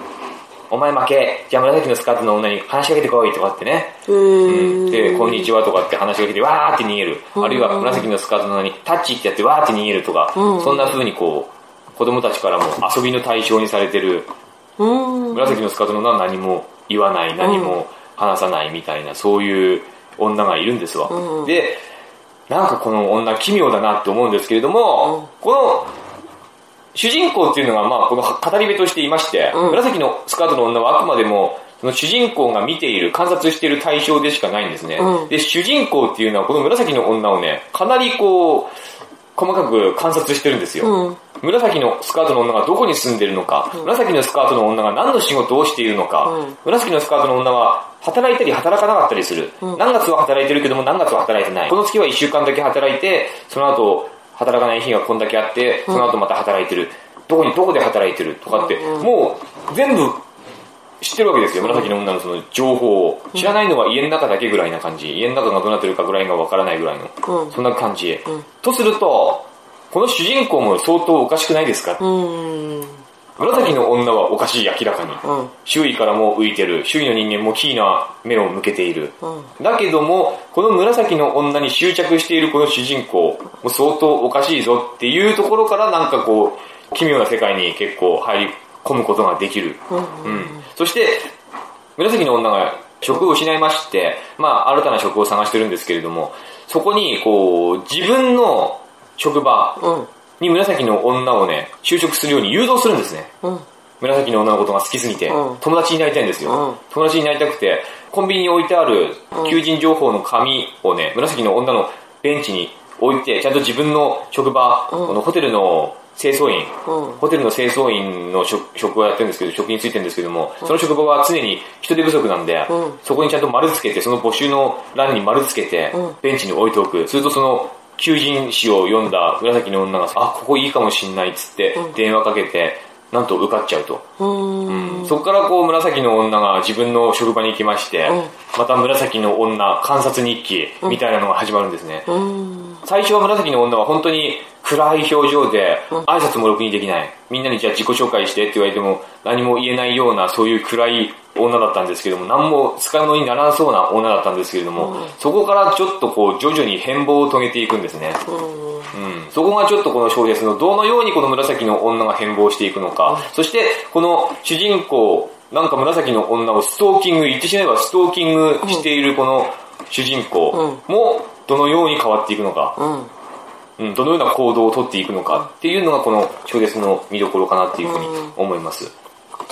Speaker 1: お前負け。じゃあ紫のスカートの女に話しかけてこいとかってね。
Speaker 2: へー
Speaker 1: で、こんにちはとかって話しかけてわーって逃げる。あるいは紫のスカートの女にタッチってやってわーって逃げるとか、そんな風にこう、子供たちからも遊びの対象にされてる
Speaker 2: うーん
Speaker 1: 紫のスカートの女は何も言わない何も話さないみたいな、そういう女がいるんですわ、でなんかこの女奇妙だなって思うんですけれども、この主人公っていうのがまあこの語り部としていまして、
Speaker 2: ん
Speaker 1: 紫のスカートの女はあくまでもその主人公が見ている観察している対象でしかないんですね、
Speaker 2: うん
Speaker 1: で主人公っていうのはこの紫の女をねかなりこう細かく観察してるんですよ、
Speaker 2: うん
Speaker 1: 紫のスカートの女がどこに住んでるのか、紫のスカートの女が何の仕事をしているのか、
Speaker 2: うん
Speaker 1: 紫のスカートの女は働いたり働かなかったりする、何月は働いてるけども何月は働いてない。この月は1週間だけ働いて、その後働かない日がこんだけあって、その後また働いてる。どこにどこで働いてるとかって、もう全部知ってるわけですよ、紫の女のその情報を。知らないのは家の中だけぐらいな感じ。家の中がどうなってるかぐらいがわからないぐらいの。
Speaker 2: うん
Speaker 1: そんな感じ。とすると、この主人公も相当おかしくないですか
Speaker 2: うーん
Speaker 1: 紫の女はおかしい、明らかに。
Speaker 2: うん
Speaker 1: 周囲からも浮いてる。周囲の人間もキーな目を向けている。
Speaker 2: う
Speaker 1: だけども、この紫の女に執着しているこの主人公、もう相当おかしいぞっていうところからなんかこう、奇妙な世界に結構入り込むことができる。うん。そして、紫の女が職を失いまして、まあ新たな職を探してるんですけれども、そこにこう、自分の職場
Speaker 2: うん
Speaker 1: に紫の女をね、就職するように誘導するんですね。
Speaker 2: うん
Speaker 1: 紫の女のことが好きすぎて、
Speaker 2: うん
Speaker 1: 友達になりたいんですよ、
Speaker 2: うん
Speaker 1: 友達になりたくてコンビニに置いてある求人情報の紙をね紫の女のベンチに置いてちゃんと自分の職場、このホテルの清掃員、
Speaker 2: うん
Speaker 1: ホテルの清掃員の職職をやってるんですけど職についてるんですけども、その職場は常に人手不足なんで、
Speaker 2: うん
Speaker 1: そこにちゃんと丸つけてその募集の欄に丸つけて、ベンチに置いておくするとその求人誌を読んだ紫の女が、あ、ここいいかもしんないっつって、電話かけて、なんと受かっちゃうと。うんそこからこう紫の女が自分の職場に行きまして、また紫の女観察日記みたいなのが始まるんですね。最初は紫の女は本当に暗い表情で、挨拶もろくにできない。みんなにじゃあ自己紹介してって言われても何も言えないようなそういう暗い女だったんですけども、何も使い物にならなそうな女だったんですけれども、そこからちょっとこう徐々に変貌を遂げていくんですね。うん、そこがちょっとこの小説のどのようにこの紫の女が変貌していくのか、そしてこの主人公、なんか紫の女をストーキング、言ってしまえばストーキングしているこの主人公もどのように変わっていくのか、
Speaker 2: うん。
Speaker 1: うん、どのような行動をとっていくのかっていうのがこの小説の見どころかなっていうふうに思います。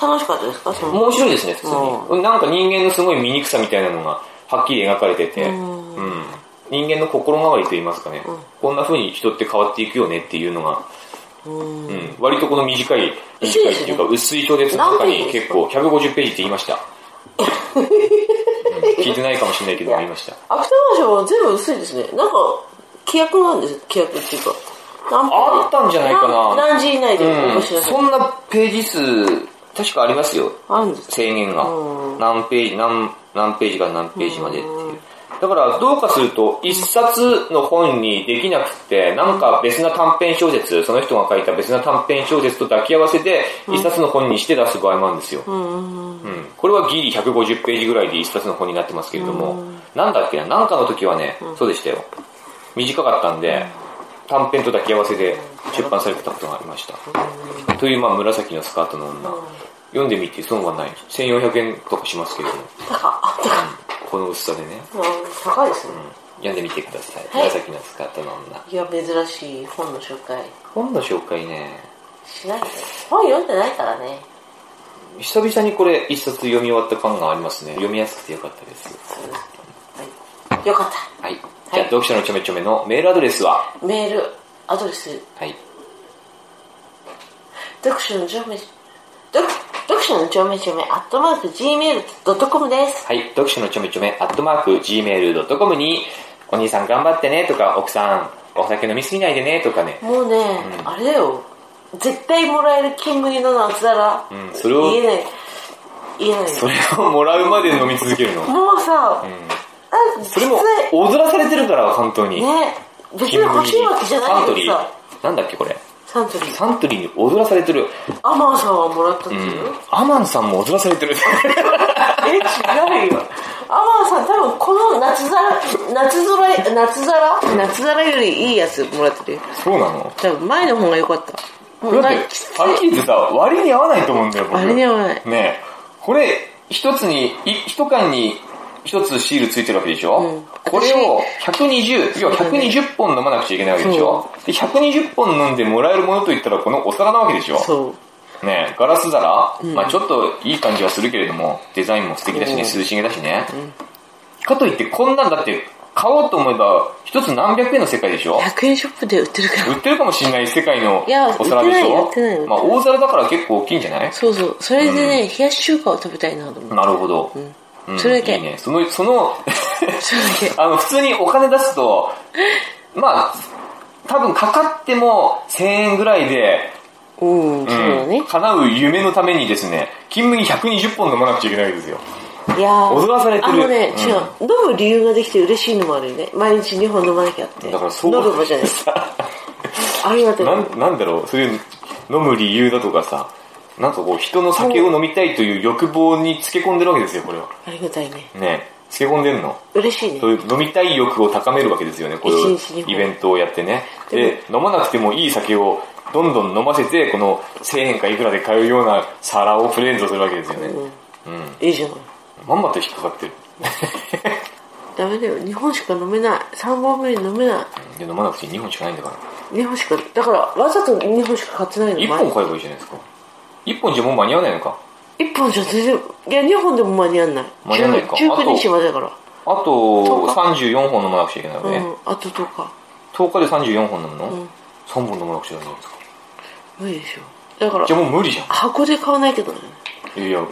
Speaker 2: 楽しかったですかその。
Speaker 1: 面白いですね、普通に。なんか人間のすごい醜さみたいなのがはっきり描かれてて、
Speaker 2: ん
Speaker 1: うん人間の心変わりといいますかね、こんな風に人って変わっていくよねっていうのが、
Speaker 2: うん。
Speaker 1: うん割とこの短い、
Speaker 2: 薄い
Speaker 1: 短いっ
Speaker 2: ですね
Speaker 1: ていうか薄い小説の中に
Speaker 2: 何ページで
Speaker 1: 結
Speaker 2: すか
Speaker 1: 構150ページって言いました。うん聞いてないかもしれないけど言いました。
Speaker 2: 芥川賞は全部薄いですね。なんか、規約なんですよ。規約っていうか。何ページ
Speaker 1: あったんじゃないかな
Speaker 2: 何何時以内で
Speaker 1: う
Speaker 2: 起
Speaker 1: ん、
Speaker 2: こしなさい。
Speaker 1: そんなページ数、確かありますよ。
Speaker 2: あるんです
Speaker 1: 制限が
Speaker 2: う。
Speaker 1: 何ページ、何、何ページから何ページまでっていう。だから、どうかすると、一冊の本にできなくって、なんか別な短編小説、その人が書いた別な短編小説と抱き合わせで、一冊の本にして出す場合もあるんですよ。うん、これはギリ150ページぐらいで一冊の本になってますけれども、なんだっけな、なんかの時はね、そうでしたよ。短かったんで、短編と抱き合わせで出版されてたことがありました。という、まあ、紫のスカートの女。読んでみて損はない。1400円とかしますけれども、
Speaker 2: 高っ
Speaker 1: この薄さでね、
Speaker 2: 高いですね。
Speaker 1: 読んでみてください。
Speaker 2: はい
Speaker 1: 紫のスカートの女。
Speaker 2: いや、珍しい本の紹介
Speaker 1: 本の紹介ね、
Speaker 2: しないで本読んでないからね。
Speaker 1: 久々にこれ一冊読み終わった感がありますね。読みやすくてよかったです。
Speaker 2: そうですはい。よかった。
Speaker 1: はい。じゃあ、読書のちょめちょめのメールアドレスは
Speaker 2: メール、アドレス、
Speaker 1: はい。
Speaker 2: 読書の上面、読読書の上面上面、アットマーク、gmail.com です。
Speaker 1: はい、読書のちょめちょめ、アットマーク、gmail.com に、お兄さん頑張ってねとか、奥さん、お酒飲みすぎないでねとかね、
Speaker 2: もうね、あれだよ。絶対もらえるキングリの夏だら、
Speaker 1: んそれを
Speaker 2: 言えない。言えない。
Speaker 1: それをもらうまで飲み続けるの。
Speaker 2: もうさ、あ
Speaker 1: それも
Speaker 2: きつ、
Speaker 1: 踊らされてるから、本当
Speaker 2: い
Speaker 1: に。
Speaker 2: ね、別に
Speaker 1: キング
Speaker 2: 欲
Speaker 1: に
Speaker 2: しいわけじゃな
Speaker 1: サン
Speaker 2: い
Speaker 1: ト
Speaker 2: け
Speaker 1: リ
Speaker 2: ど
Speaker 1: ー
Speaker 2: さ、。
Speaker 1: なんだっけ、これ。
Speaker 2: サントリー。
Speaker 1: サントリーに踊らされてる。
Speaker 2: アマーさんはもらったっていう、
Speaker 1: アマンさんも踊らされてる。
Speaker 2: え、違うよ。アマーさん多分この夏皿、夏皿、夏皿夏皿よりいいやつもらってるよ。
Speaker 1: そうなの
Speaker 2: 多分前の方が良かった。もう
Speaker 1: だっ
Speaker 2: な
Speaker 1: て
Speaker 2: んかきつい、
Speaker 1: はっきり言ってさ、割に合わないと思うんだよ、僕。
Speaker 2: 割に合わない
Speaker 1: ねえ。これ、一つに、い一缶に一つシールついてるわけでしょ、
Speaker 2: うん
Speaker 1: これを120、要は120本飲まなくちゃいけないわけでしょで、120本飲んでもらえるものといったらこのお皿なわけでしょ
Speaker 2: そう。
Speaker 1: ねえ、ガラス皿、まあちょっといい感じはするけれども、デザインも素敵だしね、涼しげだしね。かといってこんなんだって、買おうと思えば、一つ何百円の世界でしょ
Speaker 2: 100円ショップで売ってるから。
Speaker 1: 売ってるかもしれない世界の
Speaker 2: いや
Speaker 1: お皿でしょ
Speaker 2: 売ってないよ売ってないよ
Speaker 1: まあ大皿だから結構大きいんじゃない
Speaker 2: そうそう。それでね、冷やし中華を食べたいなと思う。
Speaker 1: なるほど。うん
Speaker 2: それだけ
Speaker 1: いいね。その、その、
Speaker 2: それだけ。
Speaker 1: あの、普通にお金出すと、まあ、多分かかっても1000円ぐらいで、
Speaker 2: うん、そう
Speaker 1: うん
Speaker 2: だね。
Speaker 1: 叶う夢のためにですね、金麦120本飲まなくちゃいけないわけですよ。
Speaker 2: いやー
Speaker 1: 踊らされてる
Speaker 2: あのね、
Speaker 1: うん
Speaker 2: 違う。飲む理由ができて嬉しいのもあるよね。毎日2本飲まなきゃって。
Speaker 1: だからそう。
Speaker 2: 飲む場じ ゃない。
Speaker 1: さ
Speaker 2: ありがたい。
Speaker 1: なん、なんだろう、そういう飲む理由だとかさ、なんかこう人の酒を飲みたいという欲望につけ込んでるわけですよ、これは。
Speaker 2: ありがたいね。
Speaker 1: ねつけ込んでんの。
Speaker 2: 嬉しいね
Speaker 1: そ。ういう飲みたい欲を高めるわけですよね、こういう
Speaker 2: 一日二本
Speaker 1: イベントをやってね。で、飲まなくてもいい酒をどんどん飲ませて、この1000円かいくらで買うような皿をプレゼントするわけですよね。
Speaker 2: いいじゃない。
Speaker 1: まんまと引っかかってる。
Speaker 2: ダメだよ。2本しか飲めない。3本目に飲めない。
Speaker 1: で飲まなくて2本しかないんだから。
Speaker 2: 2本しか、だからわざと2本しか買ってないの。
Speaker 1: 1本買えばいいじゃないですか。1本じゃもう間に合わないのか。
Speaker 2: 1本じゃ全然、いや2本でも間に合わない。
Speaker 1: 間に合わないか
Speaker 2: 19
Speaker 1: あと
Speaker 2: 19日までだから。
Speaker 1: あと
Speaker 2: 10日
Speaker 1: 34本飲まなくちゃいけないよ
Speaker 2: う
Speaker 1: ね。
Speaker 2: ん、あと10日。
Speaker 1: 10日で34本飲むの、?3 本飲まなくちゃいけないんですか。
Speaker 2: 無理でしょ。だから
Speaker 1: じゃ、あもう無理じゃん。
Speaker 2: 箱で買わないけどね。
Speaker 1: いやいや、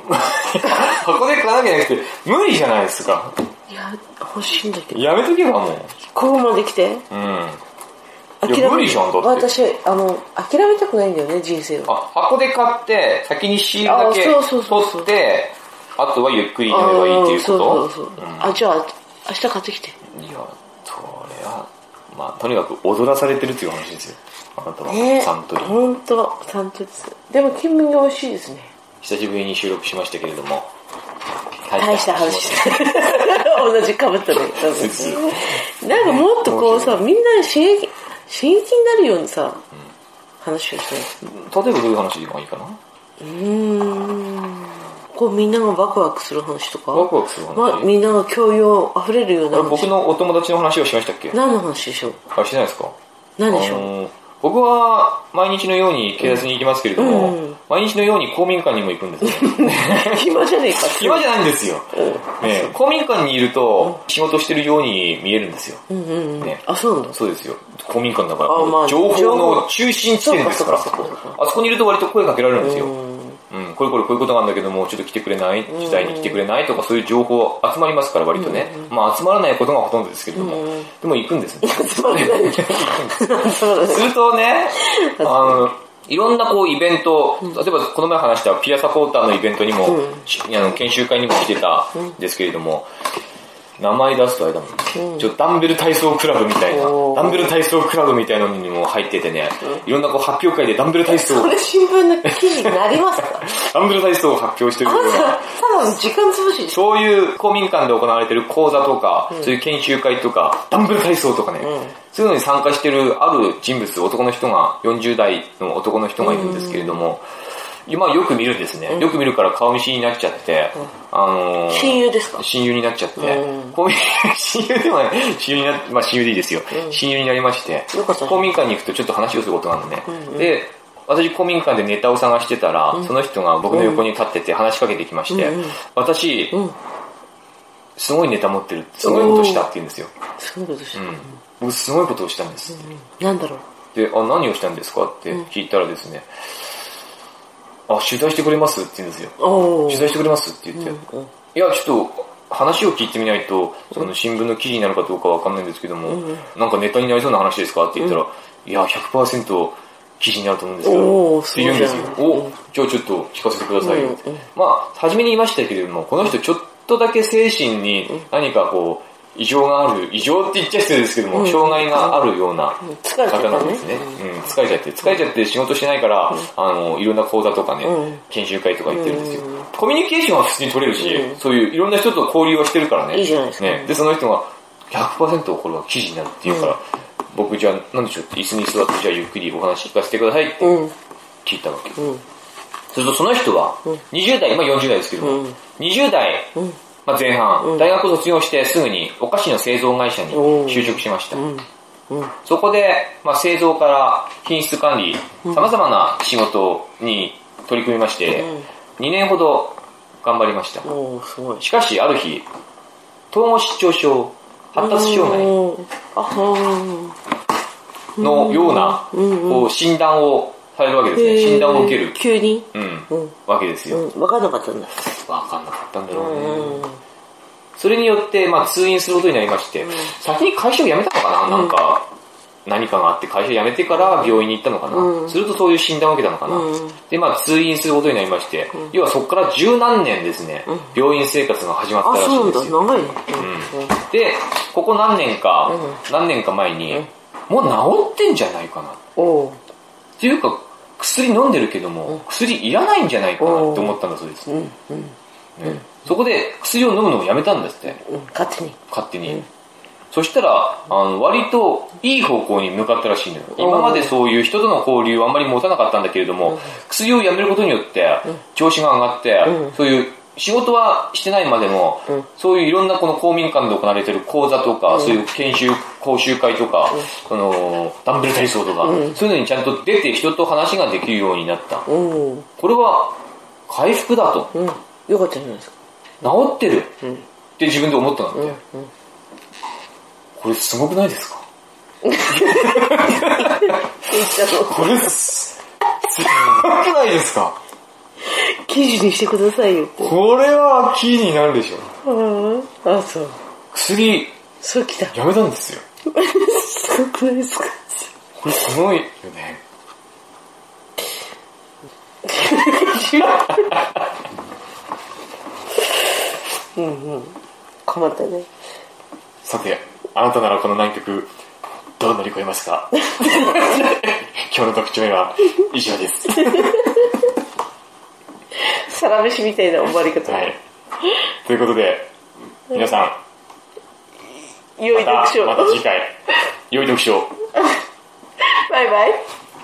Speaker 1: 箱で買わなきゃいけなくて、無理じゃないですか。
Speaker 2: いや、欲しいんだけど。
Speaker 1: やめとけばもう。
Speaker 2: ここまで来て。
Speaker 1: うん。いや無理じゃんだって
Speaker 2: 私あの諦めたくないんだよね人生を
Speaker 1: あ箱で買って先にシールだけ
Speaker 2: あそうそうそう
Speaker 1: 取ってあとはゆっくり飲めばいいっていうこと
Speaker 2: あーそうそうそう、あじゃあ明日買ってきて
Speaker 1: いやそれはまあとにかく踊らされてるっていう話ですよあなたは、
Speaker 2: ね
Speaker 1: サントリー
Speaker 2: 本当サントリーでも金麦が美味しいですね
Speaker 1: 久しぶりに収録しましたけれども
Speaker 2: 大した話して同じかぶったね多分なんかもっとこうさみんな刺激刺激になるようなさ、話をして
Speaker 1: 例えばどういう話がいいかな
Speaker 2: うーんこうみんながワクワクする話とか
Speaker 1: ワクワクする話
Speaker 2: まあ、みんなが教養あふれるような
Speaker 1: これ僕
Speaker 2: 話
Speaker 1: のお友達の話をしましたっけ
Speaker 2: 何の話でしょう
Speaker 1: あしてないですか
Speaker 2: 何でしょう、
Speaker 1: あのー僕は毎日のように警察に行きますけれども、
Speaker 2: うん
Speaker 1: 毎日のように公民館にも行くんですよ
Speaker 2: 暇じゃねえかって
Speaker 1: 暇じゃないんですよ、ね、公民館にいると仕事してるように見えるんですよ、
Speaker 2: うんうんうん
Speaker 1: ね
Speaker 2: あそうなんだ
Speaker 1: そうですよ公民館だから
Speaker 2: あまあ
Speaker 1: 情報の中心地点ですからそ
Speaker 2: そ
Speaker 1: う
Speaker 2: か
Speaker 1: こ
Speaker 2: そうかそう
Speaker 1: あそこにいると割と声かけられるんですよ、
Speaker 2: うん
Speaker 1: うん、これこれこういうことなんだけども、ちょっと来てくれない時代に来てくれないとか、そういう情報集まりますから、割とね。まあ、集まらないことがほとんどですけれども。でも行くんです ね。
Speaker 2: つまらないつまら ない
Speaker 1: するとね、あの、いろんなこうイベント、例えばこの前話したピアサポーターのイベントにも、しあの研修会にも来てたんですけれども、名前出すとあれだもんね、ちょっとダンベル体操クラブみたいな、
Speaker 2: おー
Speaker 1: ダンベル体操クラブみたいなのにも入っててね、いろんなこう発表会でダンベル体操
Speaker 2: こ、れ新聞の記事になりますか
Speaker 1: ダンベル体操を発表してる
Speaker 2: あ
Speaker 1: よう
Speaker 2: な
Speaker 1: な
Speaker 2: た、ただの時間潰しでしょ
Speaker 1: そういう公民館で行われてる講座とか、そういう研修会とか、ダンベル体操とかね、そういうのに参加してるある人物、男の人が、40代の男の人がいるんですけれども、今よく見るんですね。よく見るから顔見知りになっちゃって、あのー
Speaker 2: 親友ですか
Speaker 1: 親友になっちゃって、
Speaker 2: うん
Speaker 1: 公民 親友でもない、親友になっまあ親友でいいですよ。親友になりまして
Speaker 2: よかった、
Speaker 1: 公民館に行くとちょっと話をすることがあるのね。で、私公民館でネタを探してたら、その人が僕の横に立ってて話しかけてきまして、私、
Speaker 2: うん
Speaker 1: すごいネタ持ってる、すごいことしたって言うんですよ。
Speaker 2: すごいことして
Speaker 1: う
Speaker 2: る
Speaker 1: ん、僕すごいことをしたんです。
Speaker 2: なんだろう
Speaker 1: で、あ、何をしたんですかって聞いたらですね、あ、取材してくれますって言うんですよ。
Speaker 2: お
Speaker 1: 取
Speaker 2: ー
Speaker 1: 材してくれますって言って、
Speaker 2: うん
Speaker 1: いや、ちょっと、話を聞いてみないと、その新聞の記事になるかどうかわかんないんですけども、なんかネタになりそうな話ですかって言ったら、いや、100%記事になると思うんですけど、
Speaker 2: おー
Speaker 1: って言うんですよ
Speaker 2: そう。じゃん
Speaker 1: お、じゃあちょっと聞かせてくださいよって。
Speaker 2: うんうん
Speaker 1: まあ、初めに言いましたけれども、この人ちょっとだけ精神に何かこう、異常がある、異常って言っちゃ失礼ですけども、障害があるような
Speaker 2: 疲れちゃっ
Speaker 1: 方な
Speaker 2: た
Speaker 1: ん
Speaker 2: ね
Speaker 1: ですね。うん、疲れちゃって。疲れちゃって仕事してないから、あの、いろんな講座とかね、
Speaker 2: うん
Speaker 1: 研修会とか行ってるんですよ
Speaker 2: うん。
Speaker 1: コミュニケーションは普通に取れるし、
Speaker 2: うん
Speaker 1: そういういろんな人と交流はしてるからね。
Speaker 2: いいじゃないですか
Speaker 1: ね。で、その人が100%これは記事になるっていうから、僕じゃあ、なんでしょうって椅子に座って、じゃあゆっくりお話聞かせてくださいって
Speaker 2: うん
Speaker 1: 聞いたわけ。
Speaker 2: うん
Speaker 1: するとその人は、20代、今40代ですけども、
Speaker 2: うん
Speaker 1: 20代、
Speaker 2: うん
Speaker 1: まあ、前半、
Speaker 2: ん
Speaker 1: 大学卒業してすぐにお菓子の製造会社に
Speaker 2: おー
Speaker 1: 就職しました。
Speaker 2: うんうん
Speaker 1: そこで、まあ、製造から品質管理、様々な仕事に取り組みまして、2年ほど頑張りました。
Speaker 2: おーすごい
Speaker 1: しかし、ある日、統合失調症、発達障
Speaker 2: おーあは
Speaker 1: 害のような、
Speaker 2: うん
Speaker 1: こう、診断をされるわけですね。
Speaker 2: ー
Speaker 1: 診断を受ける、
Speaker 2: 急に
Speaker 1: うん、
Speaker 2: うん
Speaker 1: わけです
Speaker 2: う
Speaker 1: よ。
Speaker 2: ん分かんなかったんだ
Speaker 1: わかんなかったんだ
Speaker 2: う
Speaker 1: ろうね。
Speaker 2: ん
Speaker 1: それによって、まあ、通院することになりまして、先に会社を辞めたのかな、なんか、何かがあって会社を辞めてから病院に行ったのかな、
Speaker 2: うん
Speaker 1: するとそういう診断を受けたのかな、
Speaker 2: うん
Speaker 1: で、まあ、通院することになりまして、要はそこから十何年ですね、病院生活が始まっ
Speaker 2: あ
Speaker 1: たらしい
Speaker 2: そ
Speaker 1: ん
Speaker 2: う
Speaker 1: で
Speaker 2: なん
Speaker 1: す
Speaker 2: だ
Speaker 1: よ。
Speaker 2: 長いね
Speaker 1: で、ここ何年か、何年か前に、もう治ってんじゃないかな。っ
Speaker 2: うんおー
Speaker 1: ていうか、薬飲んでるけども、薬いらないんじゃないかなって思ったんだそうです。
Speaker 2: うんうん
Speaker 1: ねそこで薬を飲むのをやめたんですって。
Speaker 2: うん勝手に
Speaker 1: 勝手に、そしたらあの割といい方向に向かったらしいのよ今までそういう人との交流をあんまり持たなかったんだけれども、薬をやめることによって調子が上がって、
Speaker 2: うん
Speaker 1: そういう仕事はしてないまでも、
Speaker 2: うん
Speaker 1: そういういろんなこの公民館で行われてる講座とか、そういう研修講習会とか、そのダンベル体操とか、そういうのにちゃんと出て人と話ができるようになった
Speaker 2: おー
Speaker 1: これは回復だと
Speaker 2: うんよかったじゃないですか
Speaker 1: 治ってるっ
Speaker 2: うん
Speaker 1: て自分で思ったんだって、
Speaker 2: うん
Speaker 1: これすごくないですか
Speaker 2: 言っちゃう
Speaker 1: これす、すごくないですか
Speaker 2: 記事にしてくださいよ
Speaker 1: これはキーになるでしょ。
Speaker 2: うんあそう
Speaker 1: 薬、
Speaker 2: そうきた
Speaker 1: やめたんですよ。
Speaker 2: すごくないですか
Speaker 1: これすごいよね。
Speaker 2: うんうん困ったね
Speaker 1: さて、あなたならこの難局、どう乗り越えますか 今日の特徴は以上です。
Speaker 2: サラメシみたいな終わり方、
Speaker 1: はい。ということで、皆さん、
Speaker 2: 良い
Speaker 1: ま
Speaker 2: 読
Speaker 1: た
Speaker 2: 書、
Speaker 1: また次回、良い読書を。
Speaker 2: バイバイ